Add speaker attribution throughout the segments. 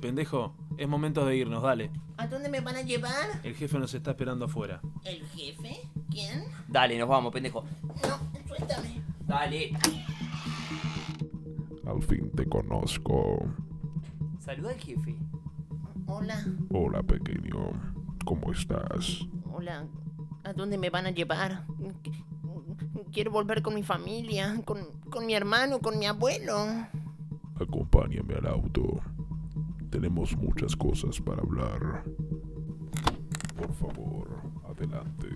Speaker 1: pendejo, es momento de irnos, dale.
Speaker 2: ¿A dónde me van a llevar?
Speaker 1: El jefe nos está esperando afuera.
Speaker 2: ¿El jefe? ¿Quién?
Speaker 3: Dale, nos vamos, pendejo.
Speaker 2: No, suéltame.
Speaker 3: Dale.
Speaker 4: Al fin te conozco.
Speaker 3: Saluda al jefe.
Speaker 2: Hola,
Speaker 4: Hola, pequeño. ¿Cómo estás?
Speaker 2: hola. ¿A dónde me van a llevar? Qu- Quiero volver con mi familia, con, con mi hermano, con mi abuelo.
Speaker 4: Acompáñame al auto. Tenemos muchas cosas para hablar. Por favor, adelante.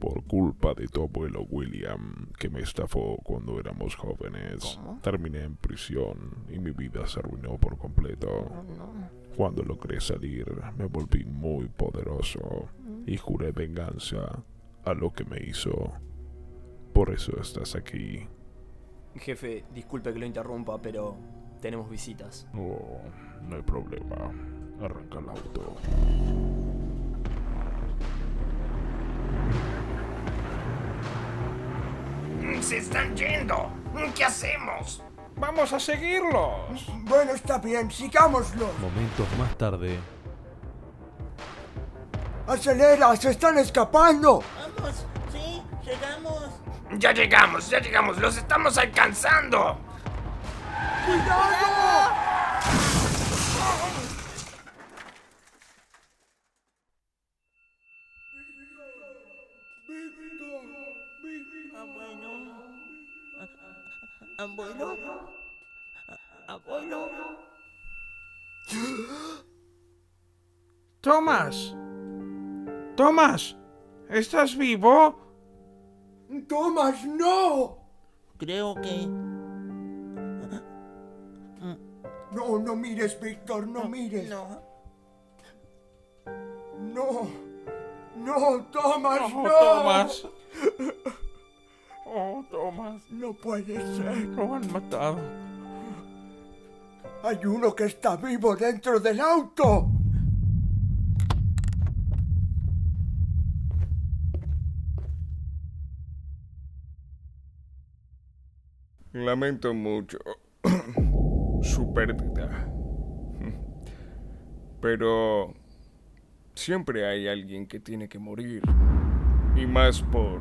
Speaker 4: Por culpa de tu abuelo William, que me estafó cuando éramos jóvenes,
Speaker 2: ¿Cómo?
Speaker 4: terminé en prisión y mi vida se arruinó por completo.
Speaker 2: Oh, no.
Speaker 4: Cuando logré salir, me volví muy poderoso y juré venganza a lo que me hizo. Por eso estás aquí.
Speaker 3: Jefe, disculpe que lo interrumpa, pero tenemos visitas.
Speaker 4: Oh, no hay problema. Arranca el auto.
Speaker 5: Se están yendo. ¿Qué hacemos?
Speaker 6: ¡Vamos a seguirlos!
Speaker 5: Bueno, está bien, sigámoslo.
Speaker 1: Momentos más tarde.
Speaker 5: Acelera, se están escapando.
Speaker 2: Vamos, sí, llegamos.
Speaker 6: Ya llegamos, ya llegamos, los estamos alcanzando.
Speaker 2: Abuelo. Abuelo.
Speaker 6: Tomás. Tomás. ¿Estás vivo?
Speaker 5: Tomás, no.
Speaker 2: Creo que...
Speaker 5: No, no mires, Víctor, no mires.
Speaker 2: No.
Speaker 5: No. No, Tomás, no.
Speaker 6: Tomás. Oh, Tomás.
Speaker 5: No puede ser.
Speaker 6: Lo han matado.
Speaker 5: Hay uno que está vivo dentro del auto.
Speaker 6: Lamento mucho su pérdida. Pero siempre hay alguien que tiene que morir. Y más por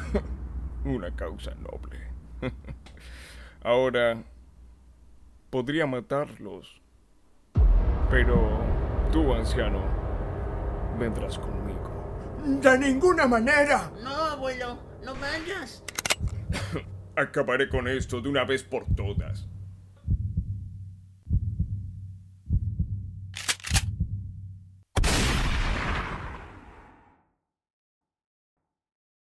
Speaker 6: una causa noble. Ahora, podría matarlos. Pero tú, anciano, vendrás conmigo.
Speaker 5: De ninguna manera.
Speaker 2: No, abuelo, no vayas.
Speaker 6: Acabaré con esto de una vez por todas.